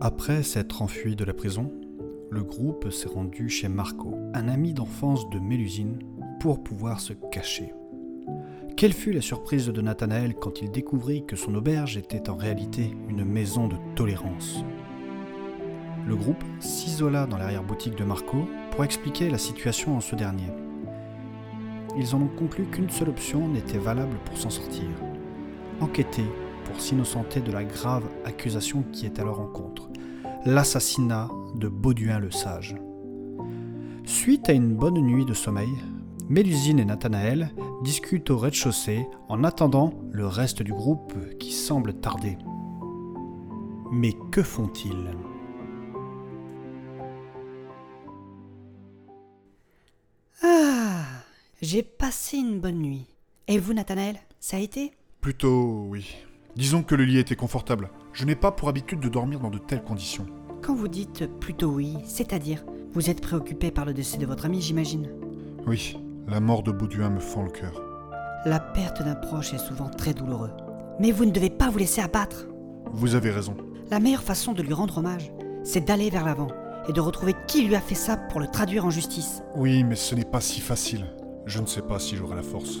Après s'être enfui de la prison, le groupe s'est rendu chez Marco, un ami d'enfance de Mélusine, pour pouvoir se cacher. Quelle fut la surprise de Nathanaël quand il découvrit que son auberge était en réalité une maison de tolérance. Le groupe s'isola dans l'arrière-boutique de Marco pour expliquer la situation en ce dernier. Ils en ont conclu qu'une seule option n'était valable pour s'en sortir. Enquêter pour s'innocenter de la grave accusation qui est à leur encontre, l'assassinat de Bauduin le Sage. Suite à une bonne nuit de sommeil, Mélusine et Nathanaël discutent au rez-de-chaussée en attendant le reste du groupe qui semble tarder. Mais que font-ils Ah J'ai passé une bonne nuit. Et vous, Nathanaël, ça a été Plutôt oui. Disons que le lit était confortable. Je n'ai pas pour habitude de dormir dans de telles conditions. Quand vous dites plutôt oui, c'est-à-dire vous êtes préoccupé par le décès de votre ami, j'imagine. Oui, la mort de Bauduin me fend le cœur. La perte d'un proche est souvent très douloureuse. Mais vous ne devez pas vous laisser abattre. Vous avez raison. La meilleure façon de lui rendre hommage, c'est d'aller vers l'avant et de retrouver qui lui a fait ça pour le traduire en justice. Oui, mais ce n'est pas si facile. Je ne sais pas si j'aurai la force.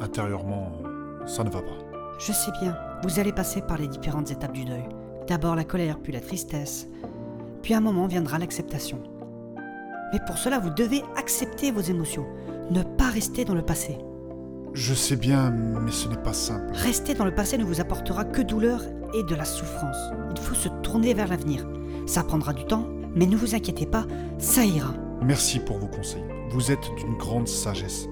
Intérieurement, euh, ça ne va pas. Je sais bien, vous allez passer par les différentes étapes du deuil. D'abord la colère, puis la tristesse, puis un moment viendra l'acceptation. Mais pour cela, vous devez accepter vos émotions, ne pas rester dans le passé. Je sais bien, mais ce n'est pas simple. Rester dans le passé ne vous apportera que douleur et de la souffrance. Il faut se tourner vers l'avenir. Ça prendra du temps, mais ne vous inquiétez pas, ça ira. Merci pour vos conseils. Vous êtes d'une grande sagesse.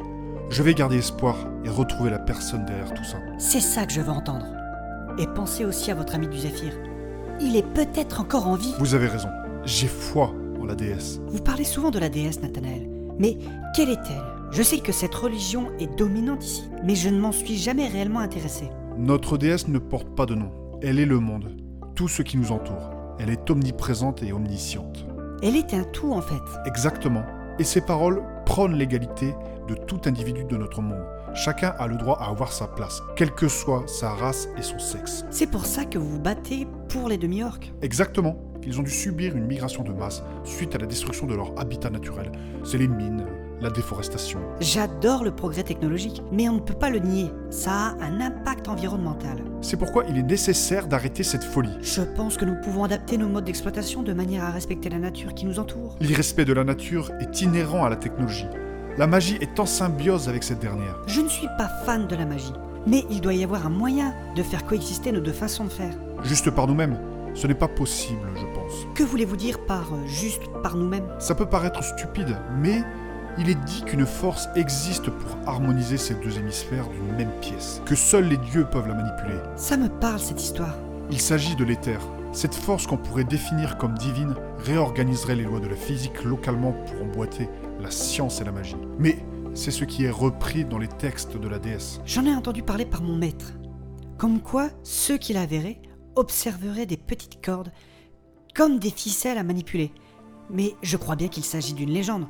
Je vais garder espoir et retrouver la personne derrière tout ça. C'est ça que je veux entendre. Et pensez aussi à votre ami du Zéphyr. Il est peut-être encore en vie. Vous avez raison. J'ai foi en la déesse. Vous parlez souvent de la déesse, Nathanaël. Mais quelle est-elle Je sais que cette religion est dominante ici, mais je ne m'en suis jamais réellement intéressé. Notre déesse ne porte pas de nom. Elle est le monde, tout ce qui nous entoure. Elle est omniprésente et omnisciente. Elle est un tout en fait. Exactement. Et ses paroles prônent l'égalité de tout individu de notre monde. Chacun a le droit à avoir sa place, quelle que soit sa race et son sexe. C'est pour ça que vous vous battez pour les demi-orques. Exactement. Ils ont dû subir une migration de masse suite à la destruction de leur habitat naturel. C'est les mines, la déforestation. J'adore le progrès technologique, mais on ne peut pas le nier. Ça a un impact environnemental. C'est pourquoi il est nécessaire d'arrêter cette folie. Je pense que nous pouvons adapter nos modes d'exploitation de manière à respecter la nature qui nous entoure. L'irrespect de la nature est inhérent à la technologie. La magie est en symbiose avec cette dernière. Je ne suis pas fan de la magie, mais il doit y avoir un moyen de faire coexister nos deux façons de faire. Juste par nous-mêmes, ce n'est pas possible, je pense. Que voulez-vous dire par euh, juste par nous-mêmes Ça peut paraître stupide, mais il est dit qu'une force existe pour harmoniser ces deux hémisphères d'une même pièce, que seuls les dieux peuvent la manipuler. Ça me parle cette histoire. Il s'agit de l'éther. Cette force qu'on pourrait définir comme divine réorganiserait les lois de la physique localement pour emboîter la science et la magie. Mais c'est ce qui est repris dans les textes de la déesse. J'en ai entendu parler par mon maître. Comme quoi, ceux qui la verraient observeraient des petites cordes comme des ficelles à manipuler. Mais je crois bien qu'il s'agit d'une légende,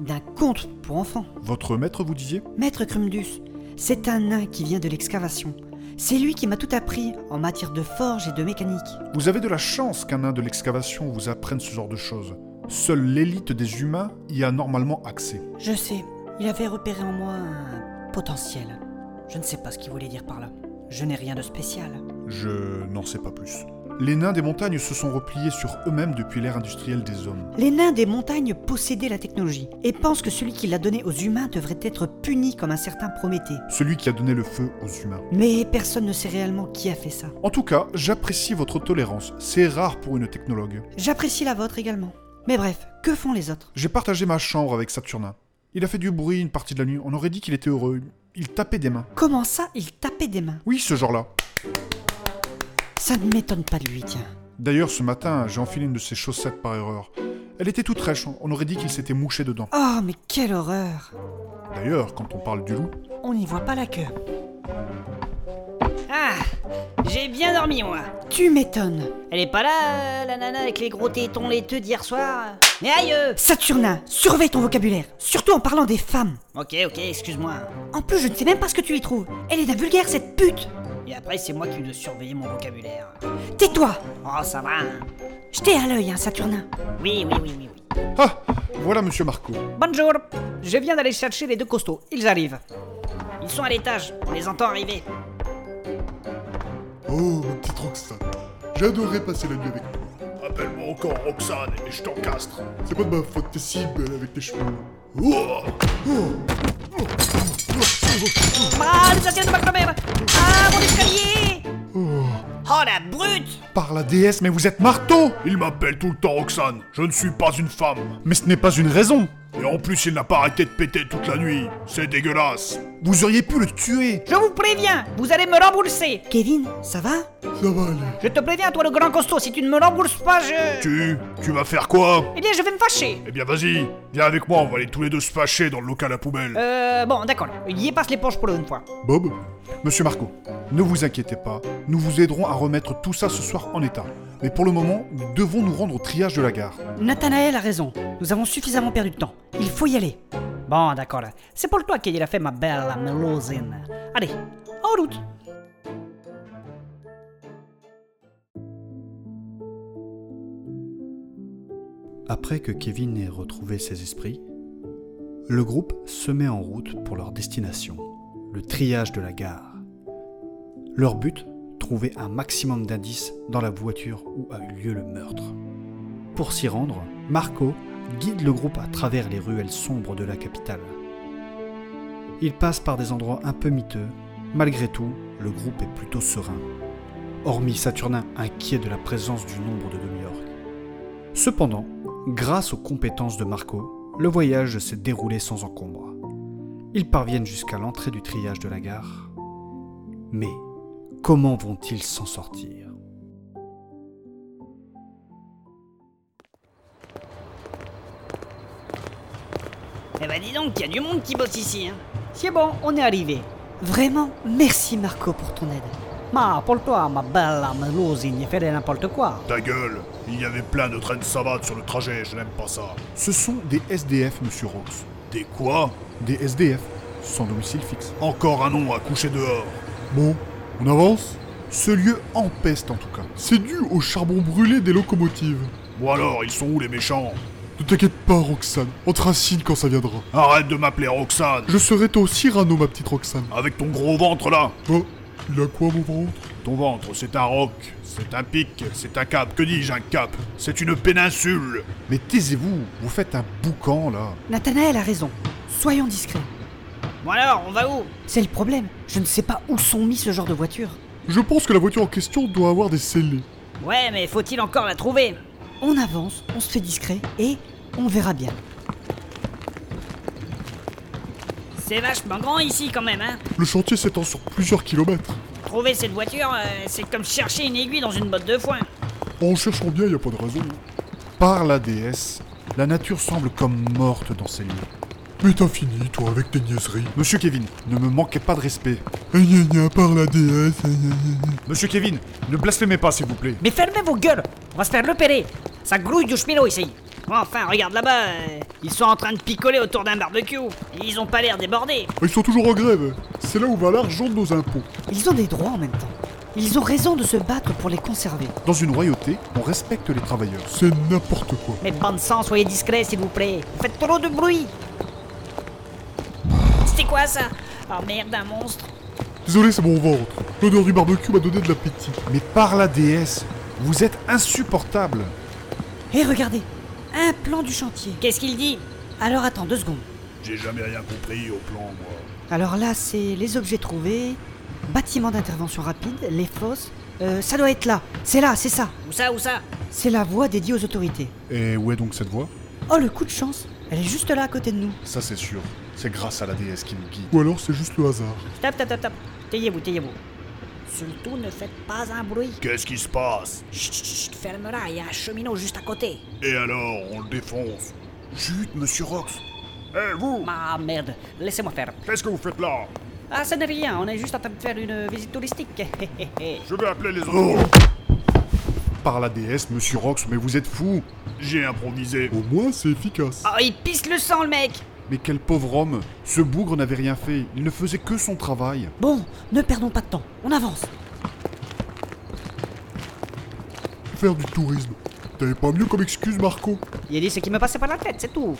d'un conte pour enfants. Votre maître, vous disiez Maître Crumdus, c'est un nain qui vient de l'excavation. C'est lui qui m'a tout appris en matière de forge et de mécanique. Vous avez de la chance qu'un nain de l'excavation vous apprenne ce genre de choses. Seule l'élite des humains y a normalement accès. Je sais, il avait repéré en moi un potentiel. Je ne sais pas ce qu'il voulait dire par là. Je n'ai rien de spécial. Je n'en sais pas plus. Les nains des montagnes se sont repliés sur eux-mêmes depuis l'ère industrielle des hommes. Les nains des montagnes possédaient la technologie et pensent que celui qui l'a donnée aux humains devrait être puni comme un certain Prométhée. Celui qui a donné le feu aux humains. Mais personne ne sait réellement qui a fait ça. En tout cas, j'apprécie votre tolérance. C'est rare pour une technologue. J'apprécie la vôtre également. Mais bref, que font les autres J'ai partagé ma chambre avec Saturnin. Il a fait du bruit une partie de la nuit. On aurait dit qu'il était heureux. Il tapait des mains. Comment ça, il tapait des mains Oui, ce genre-là. Ça ne m'étonne pas de lui, tiens. D'ailleurs, ce matin, j'ai enfilé une de ses chaussettes par erreur. Elle était toute rêche, on aurait dit qu'il s'était mouché dedans. Oh, mais quelle horreur D'ailleurs, quand on parle du loup, On n'y voit pas la queue. Ah J'ai bien dormi, moi. Tu m'étonnes Elle est pas là, euh, la nana avec les gros tétons laiteux d'hier soir Mais aïe euh Saturnin, surveille ton vocabulaire, surtout en parlant des femmes. Ok, ok, excuse-moi. En plus, je ne sais même pas ce que tu y trouves. Elle est d'un vulgaire, cette pute Et après, c'est moi qui dois surveiller mon vocabulaire. Tais-toi Oh, ça va hein. Jetez à l'œil un Saturnin. Oui, oui, oui, oui. oui. Ah Voilà Monsieur Marco. Bonjour, je viens d'aller chercher les deux costauds, ils arrivent. Ils sont à l'étage, on les entend arriver. Oh, ma petite Roxane. J'adorais passer la nuit avec toi. Appelle-moi encore Roxane et je t'encastre. C'est pas de ma faute, t'es si belle avec tes cheveux. Oh Ah, les Indiens de ma grand-mère Ah, mon escalier Oh la brute Par la déesse, mais vous êtes marteau Il m'appelle tout le temps Roxane. Je ne suis pas une femme. Mais ce n'est pas une raison Et en plus, il n'a pas arrêté de péter toute la nuit. C'est dégueulasse. Vous auriez pu le tuer Je vous préviens, vous allez me rembourser Kevin, ça va Ça va aller. Je te préviens, toi le grand costaud, si tu ne me rembourses pas, je... Tu Tu vas faire quoi Eh bien, je vais me fâcher Eh bien, vas-y. Viens avec moi, on va aller tous les deux se fâcher dans le local à poubelle. Euh, bon, d'accord, y passe les poches pour une fois. Bob Monsieur Marco, ne vous inquiétez pas, nous vous aiderons à remettre tout ça ce soir en état. Mais pour le moment, nous devons nous rendre au triage de la gare. Nathanaël a raison. Nous avons suffisamment perdu de temps. Il faut y aller. Bon, d'accord, c'est pour toi qu'il a fait ma belle melusine. Allez, en route Après que Kevin ait retrouvé ses esprits, le groupe se met en route pour leur destination, le triage de la gare. Leur but, trouver un maximum d'indices dans la voiture où a eu lieu le meurtre. Pour s'y rendre, Marco guide le groupe à travers les ruelles sombres de la capitale. Il passe par des endroits un peu miteux, malgré tout, le groupe est plutôt serein, hormis Saturnin inquiet de la présence du nombre de demi-orques. Cependant, grâce aux compétences de Marco, le voyage s'est déroulé sans encombre. Ils parviennent jusqu'à l'entrée du triage de la gare. Mais comment vont-ils s'en sortir Eh ben dis donc, il y a du monde qui bosse ici, hein. C'est bon, on est arrivé. Vraiment, merci Marco pour ton aide. Ma, pour toi, ma belle melusine, il fait n'importe quoi. Ta gueule. Il y avait plein de trains de savate sur le trajet, je n'aime pas ça. Ce sont des SDF, Monsieur Rox. Des quoi Des SDF, sans domicile fixe. Encore un nom à coucher dehors. Bon, on avance Ce lieu empeste en tout cas. C'est dû au charbon brûlé des locomotives. Bon alors, ils sont où les méchants Ne t'inquiète pas, Roxane. On te racine quand ça viendra. Arrête de m'appeler Roxane Je serai ton Cyrano, ma petite Roxane. Avec ton gros ventre là Oh, il a quoi, mon ventre Ton ventre, c'est un roc, c'est un pic, c'est un cap, que dis-je un cap C'est une péninsule Mais taisez-vous, vous faites un boucan là. Nathanaël a raison. Soyons discrets. Bon alors, on va où C'est le problème. Je ne sais pas où sont mis ce genre de voitures. Je pense que la voiture en question doit avoir des scellés. Ouais, mais faut-il encore la trouver On avance, on se fait discret et on verra bien. C'est vachement grand ici quand même, hein. Le chantier s'étend sur plusieurs kilomètres. Trouver cette voiture, euh, c'est comme chercher une aiguille dans une botte de foin. En cherchant bien, il a pas de raison. Par la déesse, la nature semble comme morte dans ces lieux. Mais t'as fini, toi, avec tes niaiseries. Monsieur Kevin, ne me manquez pas de respect. Gna gna, par la déesse. Monsieur Kevin, ne blasphémez pas, s'il vous plaît. Mais fermez vos gueules On va se faire repérer Ça grouille du schmillo ici Enfin, regarde là-bas, euh, ils sont en train de picoler autour d'un barbecue. Ils ont pas l'air débordés. Ah, Ils sont toujours en grève. C'est là où va l'argent de nos impôts. Ils ont des droits en même temps. Ils ont raison de se battre pour les conserver. Dans une royauté, on respecte les travailleurs. C'est n'importe quoi. Mais bande sang, soyez discrets s'il vous plaît. Vous faites trop de bruit. C'était quoi ça Oh merde, un monstre. Désolé, c'est mon ventre. L'odeur du barbecue m'a donné de l'appétit. Mais par la déesse, vous êtes insupportable. Et regardez, un plan du chantier. Qu'est-ce qu'il dit Alors attends deux secondes. J'ai jamais rien compris au plan, moi. Alors là, c'est les objets trouvés, bâtiments d'intervention rapide, les fosses. Euh, ça doit être là. C'est là, c'est ça. Où ça, où ça C'est la voie dédiée aux autorités. Eh Et où est donc cette voie Oh, le coup de chance. Elle est juste là à côté de nous. Ça, c'est sûr. C'est grâce à la déesse qui nous guide. Ou alors c'est juste le hasard. Stop, stop, stop, stop. Taillez-vous, taillez-vous. Surtout ne faites pas un bruit. Qu'est-ce qui se passe Chut, chut, chut, ferme là, il y a un cheminot juste à côté. Et alors, on le défonce. Chut, monsieur Rox. Eh vous Ah merde, laissez-moi faire. Qu'est-ce que vous faites là Ah, ça n'est rien, on est juste en train de faire une visite touristique. Hé, hé, hé. Je vais appeler les Oh. autres. Par la déesse, monsieur Rox, mais vous êtes fou. J'ai improvisé. Au moins, c'est efficace. oh, il pisse le sang, le mec Mais quel pauvre homme Ce bougre n'avait rien fait. Il ne faisait que son travail. Bon, ne perdons pas de temps. On avance. Faire du tourisme. T'avais pas mieux comme excuse, Marco Il a dit ce qui me passait par la tête, c'est tout.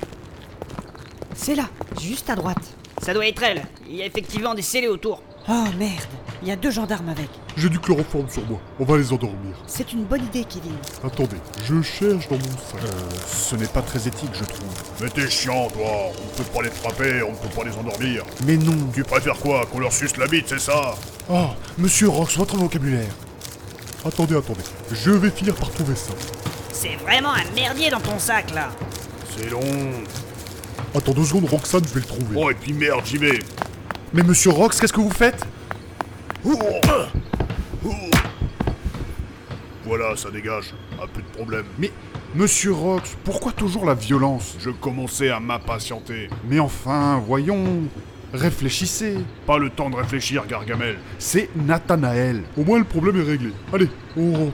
C'est là, juste à droite. Ça doit être elle. Il y a effectivement des scellés autour. Oh merde, il y a deux gendarmes avec. J'ai du chloroforme sur moi, on va les endormir. C'est une bonne idée, Kevin. Attendez, je cherche dans mon sac. Euh, Ce n'est pas très éthique, je trouve. Mais t'es chiant, toi On ne peut pas les frapper, on ne peut pas les endormir. Mais non Tu préfères quoi Qu'on leur suce la bite, c'est ça Oh, monsieur Rox, votre vocabulaire Ah! Attendez, attendez, je vais finir par trouver ça. C'est vraiment un merdier dans ton sac là. C'est long. Attends deux secondes, Roxane, je vais le trouver. Oh, et puis merde, j'y vais. Mais monsieur Rox, qu'est-ce que vous faites Voilà, ça dégage. Ah, plus de problème. Mais, monsieur Rox, pourquoi toujours la violence Je commençais à m'impatienter. Mais enfin, voyons Réfléchissez Pas le temps de réfléchir, Gargamel. C'est Nathanaël Au moins, le problème est réglé. Allez, on rentre.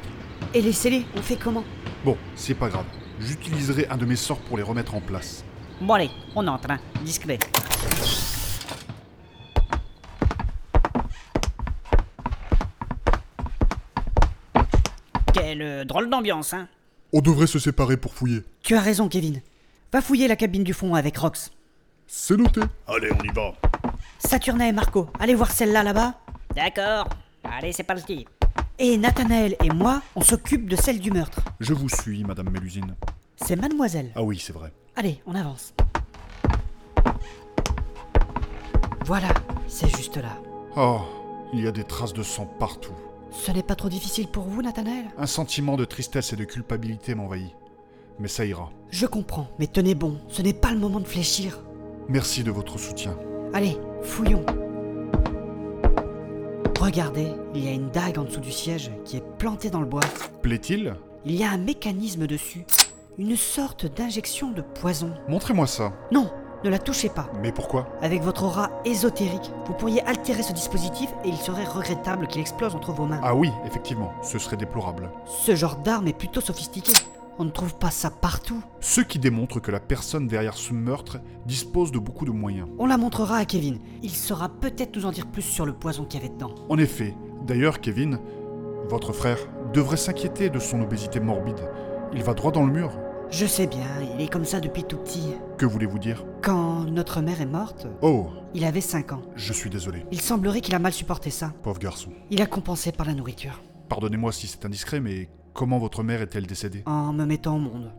Et les scellés, on fait comment Bon, c'est pas grave. J'utiliserai un de mes sorts pour les remettre en place. Bon allez, on entre, hein. discret. Quelle euh, drôle d'ambiance, hein. On devrait se séparer pour fouiller. Tu as raison, Kevin. Va fouiller la cabine du fond avec Rox. C'est noté. Allez, on y va. Saturnin et Marco, allez voir celle-là là-bas. D'accord. Allez, c'est parti. Et Nathanaël et moi, on s'occupe de celle du meurtre. Je vous suis, madame Mélusine. C'est mademoiselle. Ah oui, c'est vrai. Allez, on avance. Voilà, c'est juste là. Oh, il y a des traces de sang partout. Ce n'est pas trop difficile pour vous, Nathanaël Un sentiment de tristesse et de culpabilité m'envahit. Mais ça ira. Je comprends, mais tenez bon, ce n'est pas le moment de fléchir. Merci de votre soutien. Allez, fouillons. Regardez, il y a une dague en dessous du siège qui est plantée dans le bois. Plaît-il Il y a un mécanisme dessus. Une sorte d'injection de poison. Montrez-moi ça. Non, ne la touchez pas. Mais pourquoi Avec votre aura ésotérique, vous pourriez altérer ce dispositif et il serait regrettable qu'il explose entre vos mains. Ah oui, effectivement, ce serait déplorable. Ce genre d'arme est plutôt sophistiqué. On ne trouve pas ça partout. Ce qui démontre que la personne derrière ce meurtre dispose de beaucoup de moyens. On la montrera à Kevin. Il saura peut-être nous en dire plus sur le poison qu'il y avait dedans. En effet, d'ailleurs, Kevin, votre frère, devrait s'inquiéter de son obésité morbide. Il va droit dans le mur. Je sais bien, il est comme ça depuis tout petit. Que voulez-vous dire Quand notre mère est morte, Oh, il avait 5 ans. je suis désolé, Il semblerait qu'il a mal supporté ça. pauvre garçon. Il a compensé par la nourriture. Pardonnez-moi si c'est indiscret, mais comment votre mère est-elle décédée En me mettant au monde.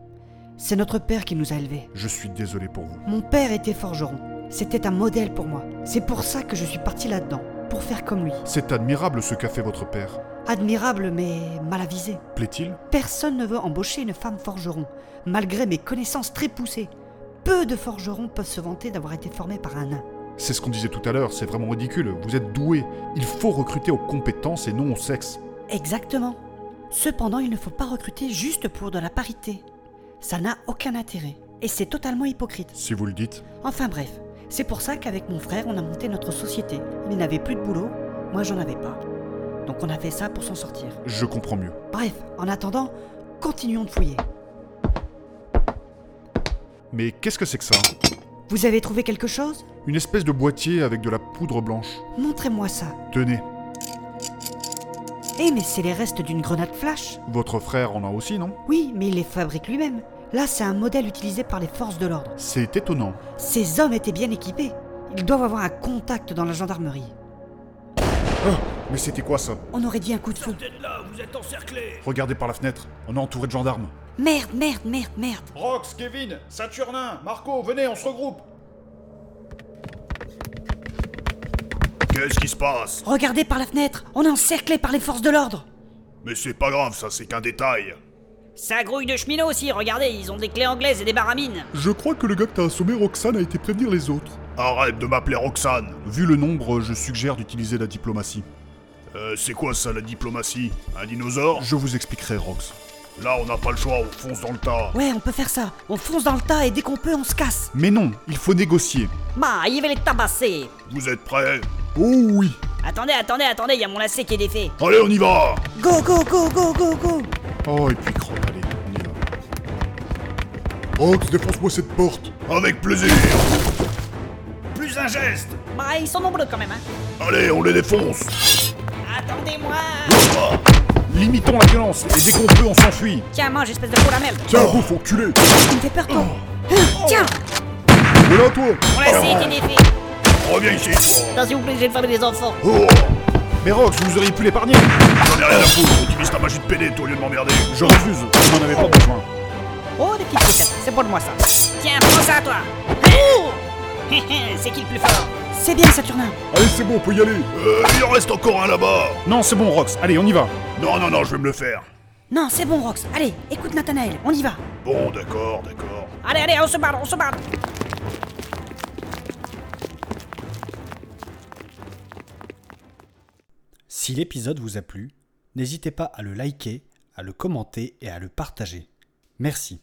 C'est notre père qui nous a élevés. Je suis désolé pour vous. Mon père était forgeron. C'était un modèle pour moi. C'est pour ça que je suis parti là-dedans. Pour faire comme lui. C'est admirable ce qu'a fait votre père. Admirable mais mal avisé. Plaît-il Personne ne veut embaucher une femme forgeron, malgré mes connaissances très poussées. Peu de forgerons peuvent se vanter d'avoir été formés par un nain. C'est ce qu'on disait tout à l'heure, c'est vraiment ridicule. Vous êtes doué. Il faut recruter aux compétences et non au sexe. Exactement. Cependant, il ne faut pas recruter juste pour de la parité. Ça n'a aucun intérêt. Et c'est totalement hypocrite. Si vous le dites. Enfin bref, c'est pour ça qu'avec mon frère, on a monté notre société. Il n'avait plus de boulot, moi j'en avais pas. Donc on a fait ça pour s'en sortir. Je comprends mieux. Bref, en attendant, continuons de fouiller. Mais qu'est-ce que c'est que ça Vous avez trouvé quelque chose Une espèce de boîtier avec de la poudre blanche. Montrez-moi ça. Tenez, Eh mais c'est les restes d'une grenade flash votre frère en a aussi, non Oui, mais il les fabrique lui-même. Là, c'est un modèle utilisé par les forces de l'ordre. C'est étonnant. Ces hommes étaient bien équipés. Ils doivent avoir un contact dans la gendarmerie. Hein, Mais c'était quoi ça On aurait dit un coup de feu. Regardez par la fenêtre, on est entouré de gendarmes. Merde, merde, merde, merde. Rox, Kevin, Saturnin, Marco, venez, on se regroupe Qu'est-ce qui se passe Regardez par la fenêtre. On est encerclé par les forces de l'ordre. Mais c'est pas grave, ça, c'est qu'un détail. Ça grouille de cheminots aussi, regardez, ils ont des clés anglaises et des baramines. Je crois que le gars que t'as assommé, Roxane, a été prévenir les autres. Arrête de m'appeler Roxane. Vu le nombre, euh, je suggère d'utiliser la diplomatie. Euh, c'est quoi ça, la diplomatie Un dinosaure Je vous expliquerai, Rox. Là, on n'a pas le choix, on fonce dans le tas. Ouais, on peut faire ça. On fonce dans le tas et dès qu'on peut, on se casse. Mais non, il faut négocier. Bah, il va les tabasser. Vous êtes prêts Oh oui Attendez, attendez, attendez, il y a mon lacet qui est défait. Allez, on y va Go, go, go, go, go, go. Oh, et puis croque, allez, on y va. Rox, défonce-moi cette porte Avec plaisir Plus un geste Bah, ils sont nombreux quand même, hein. Allez, on les défonce Attendez-moi Il limitons la violence, et dès qu'on peut, on s'enfuit. Tiens, mange, espèce de four à merde Tiens, bouffe, enculé Tu me fais peur, toi Ah, Tiens Voilà, toi On l'a essayé, t'es des filles Reviens ici, toi Attends, s'il vous plaît, j'ai une femme et des enfants Oh Mais Rox, vous auriez pu l'épargner J'en ai rien à foutre, utilise ta magie de pédé, toi, au lieu de m'emmerder Je refuse, vous n'en avez pas besoin. Oh, des petites croquettes, c'est pour moi ça Tiens, prends ça, toi Hé, hé, C'est qui le plus fort C'est bien, Saturnin Allez, c'est bon, on peut y aller Euh, il en reste encore un là-bas Non, c'est bon, Rox, allez, on y va. Non, non, non, je vais me le faire Non, c'est bon, Rox. Allez, écoute Nathanaël, on y va. Bon, d'accord, d'accord. Allez, allez, on se barre, on se barre Si l'épisode vous a plu, n'hésitez pas à le liker, à le commenter et à le partager. Merci.